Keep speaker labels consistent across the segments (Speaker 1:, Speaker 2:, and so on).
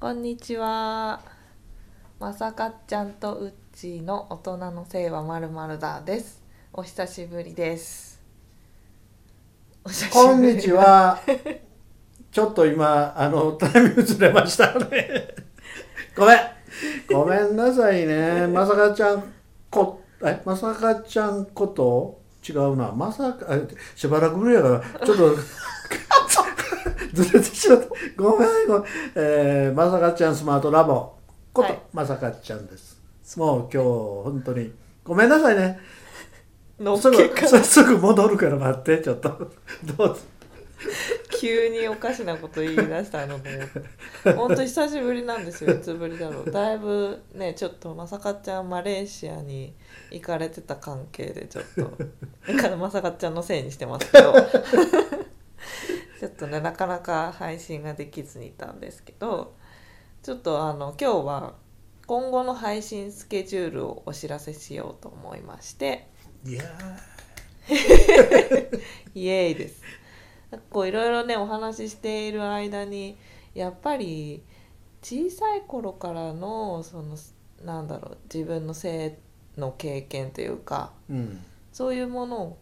Speaker 1: こんにちは。まさかっちゃんとうっちーの大人のせいはまるまるだです。お久しぶりです。お久し
Speaker 2: こん
Speaker 1: ぶり
Speaker 2: にち。は。ちょっと今、あの、タイミングずれましたね。ごめん。ごめんなさいね。まさかちゃんこ、え、まさかちゃんこと違うな。まさか、えしばらくぶりやから、ちょっと、ずれてしまった。ごめん、ごめん。えー、まさかちゃんスマートラボこと、
Speaker 1: はい
Speaker 2: まさかちゃんです。もう今日、本当に。ごめんなさいね。
Speaker 1: のっ
Speaker 2: す
Speaker 1: け
Speaker 2: ぐ、
Speaker 1: か
Speaker 2: すすぐ戻るから待って、ちょっと。どうぞ。
Speaker 1: 急におかしなこと言い出したのと思って。本当久しぶりなんですよ。いつぶりだろう。だいぶね、ちょっとまさかっちゃんマレーシアに行かれてた関係でちょっと。だからまさかっちゃんのせいにしてますけど。 ちょっとねなかなか配信ができずにいたんですけどちょっとあの今日は今後の配信スケジュールをお知らせしようと思いまして
Speaker 2: いや
Speaker 1: イエーイですなんかこういろいろねお話ししている間にやっぱり小さい頃からのそのなんだろう自分の性の経験というか
Speaker 2: ー、うん、
Speaker 1: そういうものを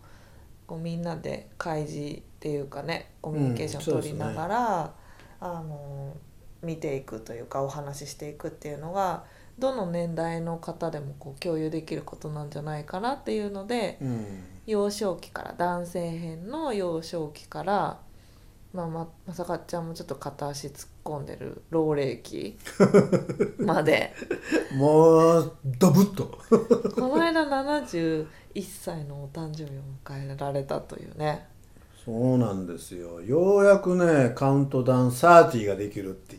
Speaker 1: こうみんなで開示っていうかねコミュニケーションを取りながら、あの見ていくというかお話ししていくっていうのがどの年代の方でもこう共有できることなんじゃないかなっていうので
Speaker 2: うん、
Speaker 1: 幼少期から男性編の幼少期から、まあ、ままさかっちゃんもちょっと片足突っ込んでる老齢期まで。
Speaker 2: もうドブッと
Speaker 1: この間71歳のお誕生日を迎えられたというね
Speaker 2: そうなんですよようやくねカウントダウン30ができるって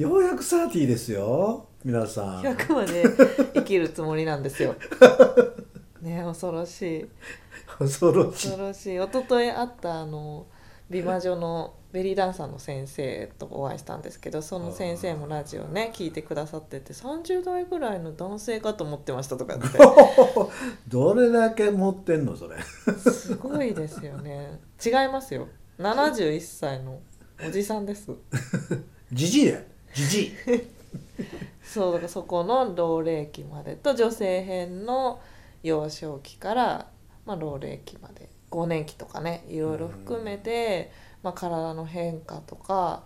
Speaker 2: ようやく30ですよ皆さん
Speaker 1: 100まで生きるつもりなんですよ。ね恐ろしい
Speaker 2: 恐ろしい
Speaker 1: 恐ろしい一昨日会ったあの美魔女のベリーダンサーの先生とお会いしたんですけどその先生もラジオね聞いてくださってて30代ぐらいの男性かと思ってましたとか言って
Speaker 2: どれだけ持ってんのそれ
Speaker 1: すごいですよね違いますよ71歳のおじさんです。
Speaker 2: じじいやじじい
Speaker 1: そうだからそこの老齢期までと女性編の幼少期から、まあ、老齢期まで更年期とかねいろいろ含めて、まあ、体の変化とか、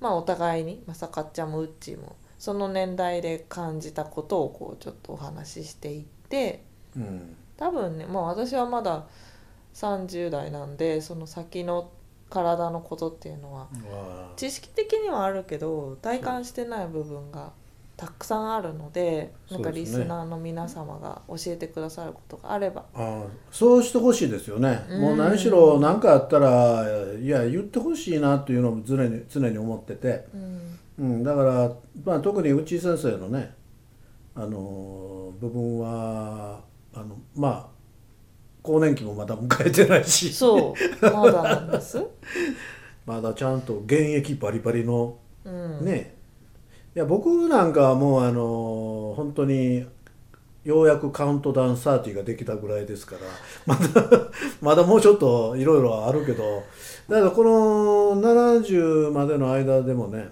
Speaker 1: まあ、お互いにまさかっちゃんもうっちーもその年代で感じたことをこうちょっとお話ししていって
Speaker 2: うん
Speaker 1: 多分ね、まあ、私はまだ30代なんでその先の体のことっていうのは
Speaker 2: わあ
Speaker 1: 知識的にはあるけど体感してない部分がたくさんあるのでなんか
Speaker 2: そうで
Speaker 1: リ
Speaker 2: すね
Speaker 1: スナーの皆様が教えてくださることがあれば
Speaker 2: あそうしてほしいですよね、
Speaker 1: うん
Speaker 2: もう何しろ何かあったらいや言ってほしいなというのも常に常に思ってて、
Speaker 1: うん
Speaker 2: うん、だから、まあ、特に内井先生のね、あのー部分はあのまあ更年期もまだ迎えてないし
Speaker 1: そうまだなん です、
Speaker 2: まだちゃんと現役バリバリの
Speaker 1: うん、
Speaker 2: ね、いや僕なんかはもう、あのー本当にようやくカウントダウン30ができたぐらいですから まだまだもうちょっといろいろあるけどだからこの70までの間でもね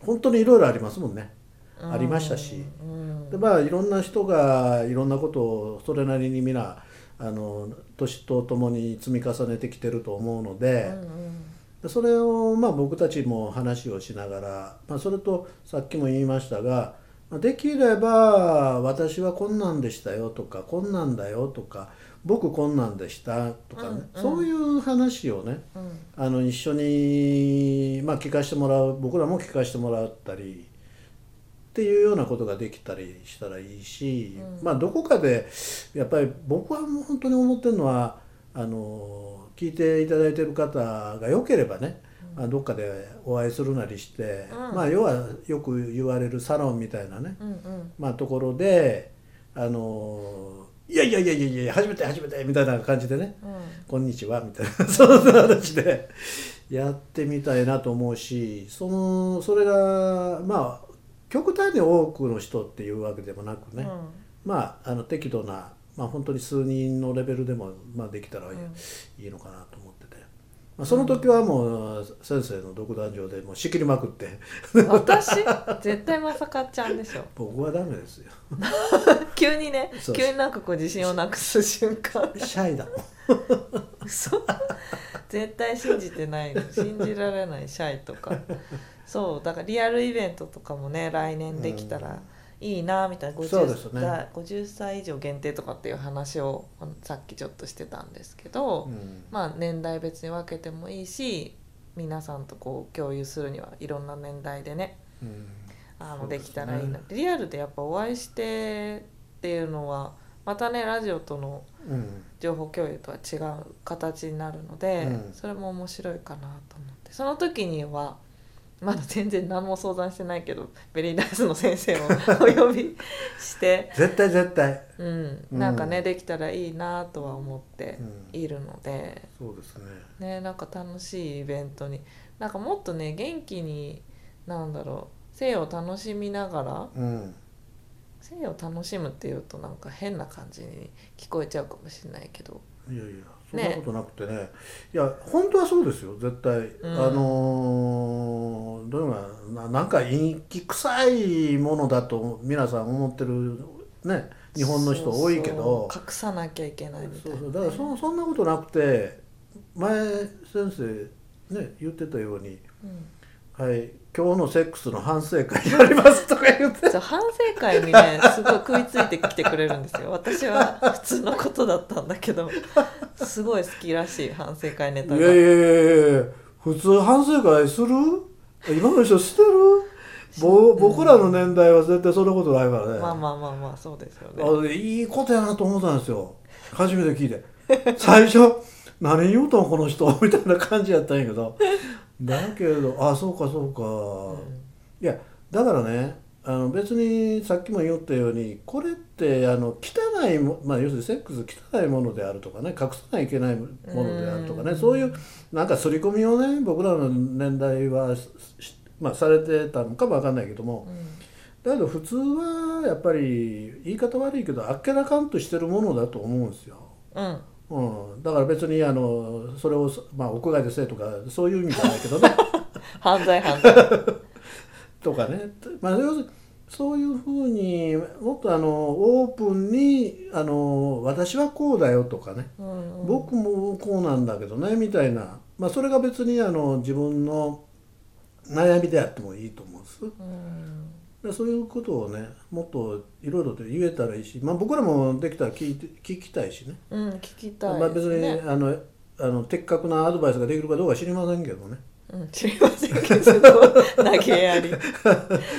Speaker 2: 本当にいろいろありますもんね。
Speaker 1: うん
Speaker 2: ありましたし
Speaker 1: うん
Speaker 2: でまあいろんな人がいろんなことをそれなりに皆あの年とともに積み重ねてきてると思うの
Speaker 1: う
Speaker 2: で
Speaker 1: ん、うん
Speaker 2: でそれをまあ僕たちも話をしながら、まあ、それとさっきも言いましたがまあできれば私はこんなんでしたよとかこんなんだよとか僕こんなんでしたとかね、
Speaker 1: うんうん
Speaker 2: そういう話をね
Speaker 1: うん
Speaker 2: あの一緒に、まあ、聞かせてもらう僕らも聞かせてもらったりっていうようなことができたりしたらいいし、
Speaker 1: うん
Speaker 2: まあどこかでやっぱり僕はもう本当に思ってるのはあの聞いていただいてる方が良ければね、
Speaker 1: うん
Speaker 2: まあどっかでお会いするなりして、
Speaker 1: うん
Speaker 2: まあ要はよく言われるサロンみたいなね、
Speaker 1: うんうん
Speaker 2: まあ、ところであのいやいやいやいやいや初めて初めてみたいな感じでね
Speaker 1: うん
Speaker 2: こんにちはみたいなそんな話でやってみたいなと思うしそのそれがまあ極端に多くの人っていうわけでもなくね、まああの適度な、まあ、本当に数人のレベルでも、まあ、できたらいい,、
Speaker 1: うん
Speaker 2: のかなと思っててまあ、その時はもう先生の独壇場でもう仕切りまくって
Speaker 1: 私絶対まさかちゃんで しょ
Speaker 2: 僕はダメですよ
Speaker 1: 急にね
Speaker 2: そう
Speaker 1: 急になんかこう自信をなくす瞬間
Speaker 2: シャ イだもん
Speaker 1: 嘘絶対信じてない信じられないシャイとかそうだからリアルイベントとかもね来年できたらいいなみたいな 50,
Speaker 2: そうですね
Speaker 1: だ50歳以上限定とかっていう話をあのさっきちょっとしてたんですけど、
Speaker 2: うん
Speaker 1: まあ年代別に分けてもいいし皆さんとこう共有するにはいろんな年代でね
Speaker 2: うん
Speaker 1: あ
Speaker 2: そ
Speaker 1: の
Speaker 2: うで
Speaker 1: です
Speaker 2: ね
Speaker 1: きたらいいな、リアルでやっぱお会いしてっていうのはまたねラジオとの
Speaker 2: うん
Speaker 1: 情報共有とは違う形になるので、
Speaker 2: うん
Speaker 1: それも面白いかなと思ってその時にはまだ全然何も相談してないけどベリーダンスの先生を お呼びして、
Speaker 2: 絶対絶対、
Speaker 1: うん、
Speaker 2: うん
Speaker 1: なんかね、できたらいいなとは思って
Speaker 2: うん、
Speaker 1: いるので、
Speaker 2: そうですね
Speaker 1: ね、なんか楽しいイベントになんかもっとね元気になんだろう性を楽しみながら
Speaker 2: うん
Speaker 1: 性を楽しむっていうとなんか変な感じに聞こえちゃうかもしれないけど。
Speaker 2: いやいやそんな
Speaker 1: ね
Speaker 2: ことなくてねいや本当はそうですよ絶対、
Speaker 1: うん
Speaker 2: あのーどういうのかななんか陰気臭いものだと皆さん思ってるね日本の人多いけど
Speaker 1: そうそう隠さなきゃいけないみた
Speaker 2: そ
Speaker 1: いうな
Speaker 2: そうだからそそんなことなくて前先生ね言ってたように
Speaker 1: うん
Speaker 2: 「はい今日のセックスの反省会やります」とか言って
Speaker 1: そう反省会に ねすごい食いついてきてくれるんですよ私は普通のことだったんだけどすごい好きらしい反省会ネ
Speaker 2: い
Speaker 1: タ
Speaker 2: や
Speaker 1: が
Speaker 2: いやいやいや普通反省会する今の 人してるぼ僕らの年代は絶対そんなことないからね、
Speaker 1: まあまあまあまあそうですよね
Speaker 2: あいいことやなと思ったんですよ初めて聞いて最初 何言うとんこの人みたいな感じやったんやけどだけどあそうかそうか、
Speaker 1: うん
Speaker 2: いやだからねあの別にさっきも言ったようにこれってあの汚いも、まあ、要するにセックス汚いものであるとかね隠さないといけないものであるとかね
Speaker 1: うん
Speaker 2: そういうなんか刷り込みをね僕らの年代はし、しまあ、されてたのかもわかんないけどもだけど普通はやっぱり言い方悪いけどあっけらかんとしてるものだと思うんですよ。
Speaker 1: うん、うん
Speaker 2: うん、だから別にあのそれを、まあ、屋外でせえとかそういう意味じゃないけどね
Speaker 1: 犯罪犯 罪
Speaker 2: とかね、まあ、要するにそういうふうにもっとあのオープンにあの「私はこうだよ」とかね
Speaker 1: うんう
Speaker 2: 「
Speaker 1: ん
Speaker 2: 僕もこうなんだけどね」みたいな、まあ、それが別にあの自分の悩みであってもいいと思うんです。
Speaker 1: うん
Speaker 2: でそういうことをねもっといろいろと言えたらいいし、まあ、僕らもできたら聞いて聞きたいしね
Speaker 1: うん聞きたい
Speaker 2: まあ、
Speaker 1: で
Speaker 2: 別
Speaker 1: すね
Speaker 2: に、あのあの的確なアドバイスができるかどうかは知りませんけどね。
Speaker 1: うん、知りませんけど投げや り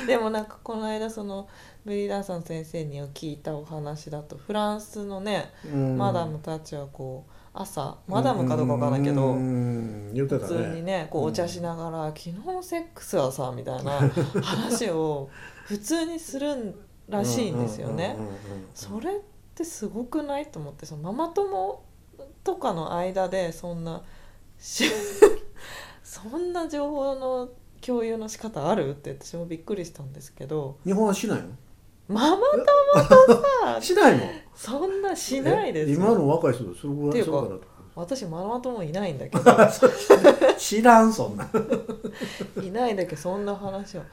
Speaker 1: でもなんかこの間そのベリーダンサーの先生に聞いたお話だとフランスのね、
Speaker 2: うん
Speaker 1: マダムたちはこう朝マダムかどうかわからないけ
Speaker 2: う
Speaker 1: ど
Speaker 2: ん言って
Speaker 1: 普
Speaker 2: た
Speaker 1: 通に
Speaker 2: ね。
Speaker 1: ねこうお茶しながら「昨日のセックスはさ」みたいな 話を普通にするらしいんですよね
Speaker 2: う。んうんうんうんうん
Speaker 1: それってすごくないと思ってそのママ友とかの間でそんなし そんな情報の共有の仕方あるって私もびっくりしたんですけど
Speaker 2: 日本はしない
Speaker 1: ママ
Speaker 2: の
Speaker 1: 友さ
Speaker 2: しないの
Speaker 1: そんなしないです
Speaker 2: え
Speaker 1: よ
Speaker 2: 今の若い人すご
Speaker 1: ってい
Speaker 2: いう
Speaker 1: か
Speaker 2: そうかな
Speaker 1: 私ママ友いないんだけ ど
Speaker 2: と知らんそんない
Speaker 1: ないだけそんな話は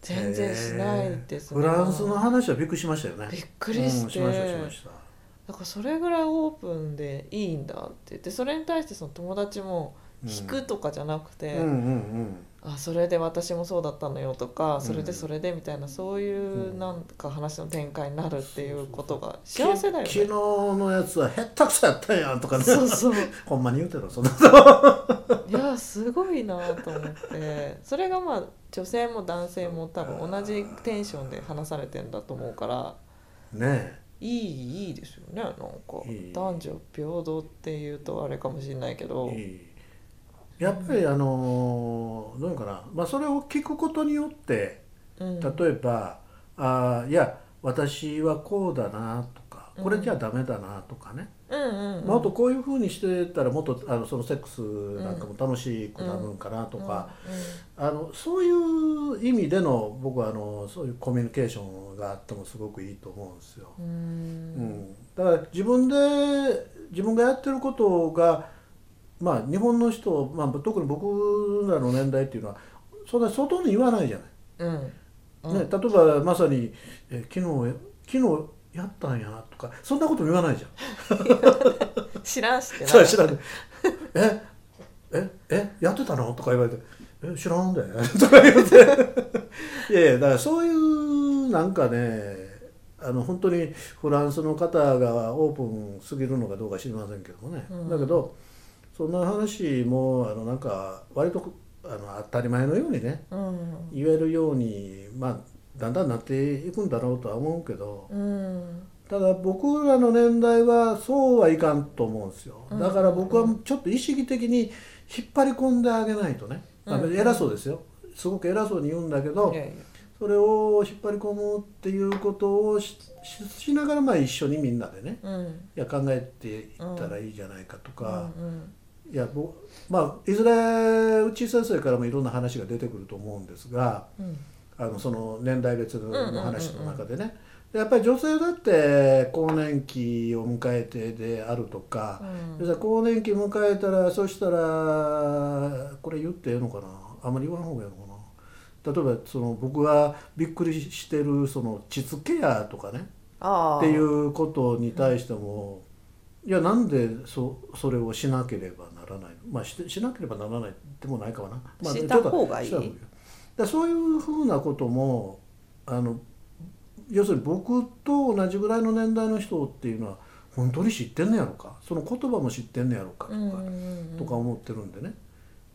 Speaker 1: 全然しないです
Speaker 2: フランスの話はびっくりしましたよね
Speaker 1: び
Speaker 2: っ
Speaker 1: っくりして、
Speaker 2: しましたしました
Speaker 1: だからそれぐらいオープンでいいんだって言ってそれに対してその友達も引くとかじゃなく
Speaker 2: う
Speaker 1: て、
Speaker 2: んうん
Speaker 1: あそれで私もそうだったのよとか、
Speaker 2: ん
Speaker 1: それでそれでみたいなそういううんなんか話の展開になるっていうことが
Speaker 2: うん
Speaker 1: 幸せだよ
Speaker 2: き昨日
Speaker 1: ね。
Speaker 2: のやつはへったくそやったんやとかね
Speaker 1: そうそう
Speaker 2: ほんまに言うてたそんない
Speaker 1: やすごいなと思ってそれがまあ女性も男性も多分同じテンションで話されてんだと思うから
Speaker 2: ね
Speaker 1: いいいいですよねなんか
Speaker 2: いい
Speaker 1: 男女平等っていうとあれかもしれないけど
Speaker 2: えいいやっぱりあのーどういうのかなまあそれを聞くことによって
Speaker 1: うん、
Speaker 2: 例えば「あーいや私はこうだな」とか「これじゃダメだな」とかね
Speaker 1: うんうんうん
Speaker 2: まあ、あとこういうふうにしてたらもっとあのそのセックスなんかも楽しくなるんかなとか、、あのそういう意味での僕はあのそういうコミュニケーションがあってもすごくいいと思うんですよ。
Speaker 1: うんうん
Speaker 2: うん、だから自分で自分がやってることがまあ日本の人、まあ、特に僕らの年代っていうのはそんなに外に言わないじゃない。
Speaker 1: うんうん
Speaker 2: ね、例えばまさに、え昨日昨日やったんやなとかそんなことも言わないじゃん。
Speaker 1: 知らんしって
Speaker 2: そう知
Speaker 1: ら
Speaker 2: らんで「えええやってたの?」とか言われて「え知ら んで」とか言っていやいやだからそういうなんかねあの本当にフランスの方がオープンすぎるのかどうか知りませんけどもね、
Speaker 1: うん
Speaker 2: だけどそんな話もあのなんか割とあの当たり前のようにね
Speaker 1: うん
Speaker 2: 言えるようにまあだんだんなっていくんだろうとは思うけど、
Speaker 1: うん
Speaker 2: ただ僕らの年代はそうはいかんと思うんですよ
Speaker 1: うん
Speaker 2: だから僕はちょっと意識的に引っ張り込んであげないとね、あ
Speaker 1: うん
Speaker 2: 偉そうですよすごく偉そうに言うんだけど
Speaker 1: いやいや
Speaker 2: それを引っ張り込むっていうことをしししながらまあ一緒にみんなでね
Speaker 1: うん
Speaker 2: いや考えていったらいいじゃないかとか、
Speaker 1: うん
Speaker 2: いや僕まあいずれ内井先生からもいろんな話が出てくると思うんですが。
Speaker 1: うん
Speaker 2: あのその年代別の話の中でね、でやっぱり女性だって更年期を迎えてであるとか、
Speaker 1: う
Speaker 2: 要
Speaker 1: ん
Speaker 2: するに更年期迎えたらそしたらこれ言ってええのかなあんまり言わん方がいいのかな例えばその僕がびっくりしてるその膣ケアとかね
Speaker 1: ああ
Speaker 2: っていうことに対しても、いやなんでそそれをしなければならないのまあしてしなければならないでもないかもな、まあ、
Speaker 1: した方がいい
Speaker 2: ちょっとしただそういうふうなこともあの要するに僕と同じぐらいの年代の人っていうのは本当に知ってんのやろかその言葉も知ってんのやろかとか、
Speaker 1: うんうんうん
Speaker 2: とか思ってるんでね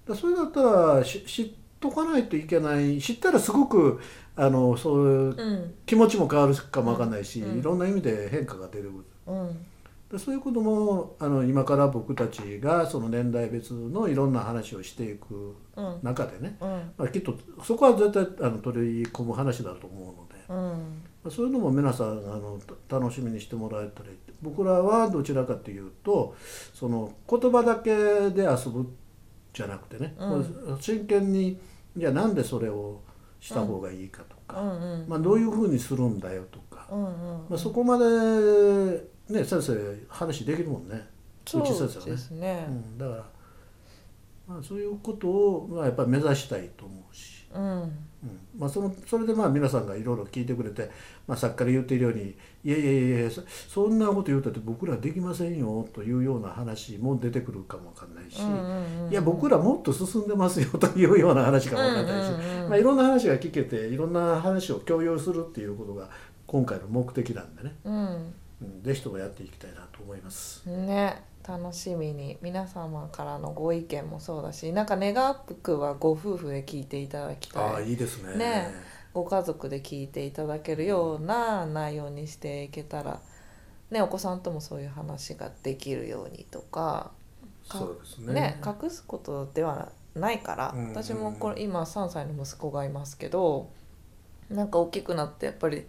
Speaker 2: だそれだったらし知っとかないといけない知ったらすごくあのそういう
Speaker 1: うん
Speaker 2: 気持ちも変わるかもわかんないし、
Speaker 1: うん
Speaker 2: いろんな意味で変化が出る
Speaker 1: うん
Speaker 2: でそういうこともあの今から僕たちがその年代別のいろんな話をしていく
Speaker 1: うん
Speaker 2: 中でね、
Speaker 1: うん
Speaker 2: まあ、きっとそこは絶対あの取り込む話だと思うので
Speaker 1: うん
Speaker 2: まあそういうのも皆さんあのた楽しみにしてもらえたらいい僕らはどちらかというとその言葉だけで遊ぶじゃなくてね、
Speaker 1: う
Speaker 2: 真剣にじゃあなんでそれをした方がいいかと
Speaker 1: う
Speaker 2: か、
Speaker 1: んうん
Speaker 2: まあ、どういうふうにするんだよとか。
Speaker 1: うんうん
Speaker 2: まあ、そこまで、ね、先生話できるもんね、
Speaker 1: そうう
Speaker 2: ち先生はね
Speaker 1: ですね
Speaker 2: うん、だから、まあ、そういうことを、まあ、やっぱり目指したいと思うし、
Speaker 1: うん
Speaker 2: うんまあ、そのそれでまあ皆さんがいろいろ聞いてくれて、まあ、さっきから言っているように「いやいやいやいやそそんなこと言うたって僕らできませんよ」というような話も出てくるかもわかんないし。いや僕
Speaker 1: ら
Speaker 2: らもっと進んでますよというような話かもわかんないし、
Speaker 1: うんうんうん
Speaker 2: まあ、いろんな話が聞けていろんな話を共有するっていうことが今回の目的なんでね。
Speaker 1: うん
Speaker 2: うんぜひともやっていきたいなと思います。
Speaker 1: ね楽しみに皆様からのご意見もそうだしなんか願っくはご夫婦で聞いていただき
Speaker 2: あ
Speaker 1: た
Speaker 2: あ
Speaker 1: い
Speaker 2: いいですね。
Speaker 1: ねご家族で聞いていただけるような内容にしていけたら、ね、お子さんともそういう話ができるようにとか、か
Speaker 2: そうですね。
Speaker 1: ね、隠すことではないから、
Speaker 2: うんうんうん
Speaker 1: 私もこれ今3歳の息子がいますけどなんか大きくなってやっぱり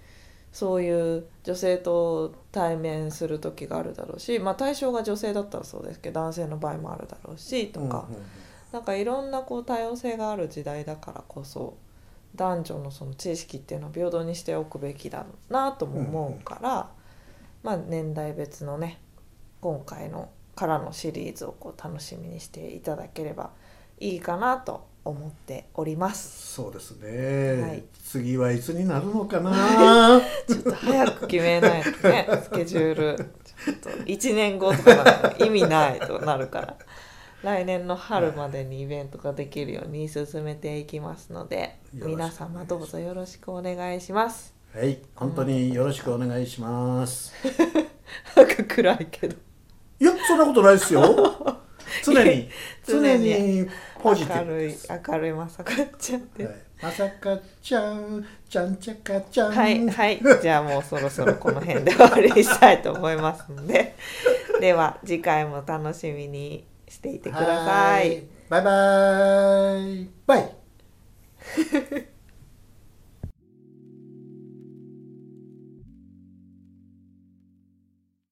Speaker 1: そういう女性と対面する時があるだろうし、まあ、対象が女性だったらそうですけど男性の場合もあるだろうしとか、
Speaker 2: うんうんうん
Speaker 1: なんかいろんなこう多様性がある時代だからこそ男女のその知識っていうのは平等にしておくべきだなとも思うから、まあ年代別のね今回のからのシリーズをこう楽しみにしていただければいいかなと思っております。
Speaker 2: そうですね、
Speaker 1: はい
Speaker 2: 次はいつになるの かな。
Speaker 1: ちょっと早く決めないと ねスケジュールちょっと1年後とかなのに意味ないとなるから来年の春までにイベントができるように進めていきますので
Speaker 2: よろしくお願
Speaker 1: 皆
Speaker 2: いします
Speaker 1: 様どうぞよろしくお願いします
Speaker 2: はい、本当によろしくお願いします。
Speaker 1: なんか暗いけど
Speaker 2: いやそんなことないです よ。常に常
Speaker 1: 常
Speaker 2: に
Speaker 1: に
Speaker 2: ポジティ
Speaker 1: 明
Speaker 2: ブ
Speaker 1: るい
Speaker 2: です。
Speaker 1: 明るいまさかっちゃんで
Speaker 2: はいまさかちゃんちゃんちゃかちゃん。
Speaker 1: はいはいじゃあもうそろそろこの辺で終わりにしたいと思いますのででは次回も楽しみにしていてくださ
Speaker 2: はーバイバイ。バイ。
Speaker 1: い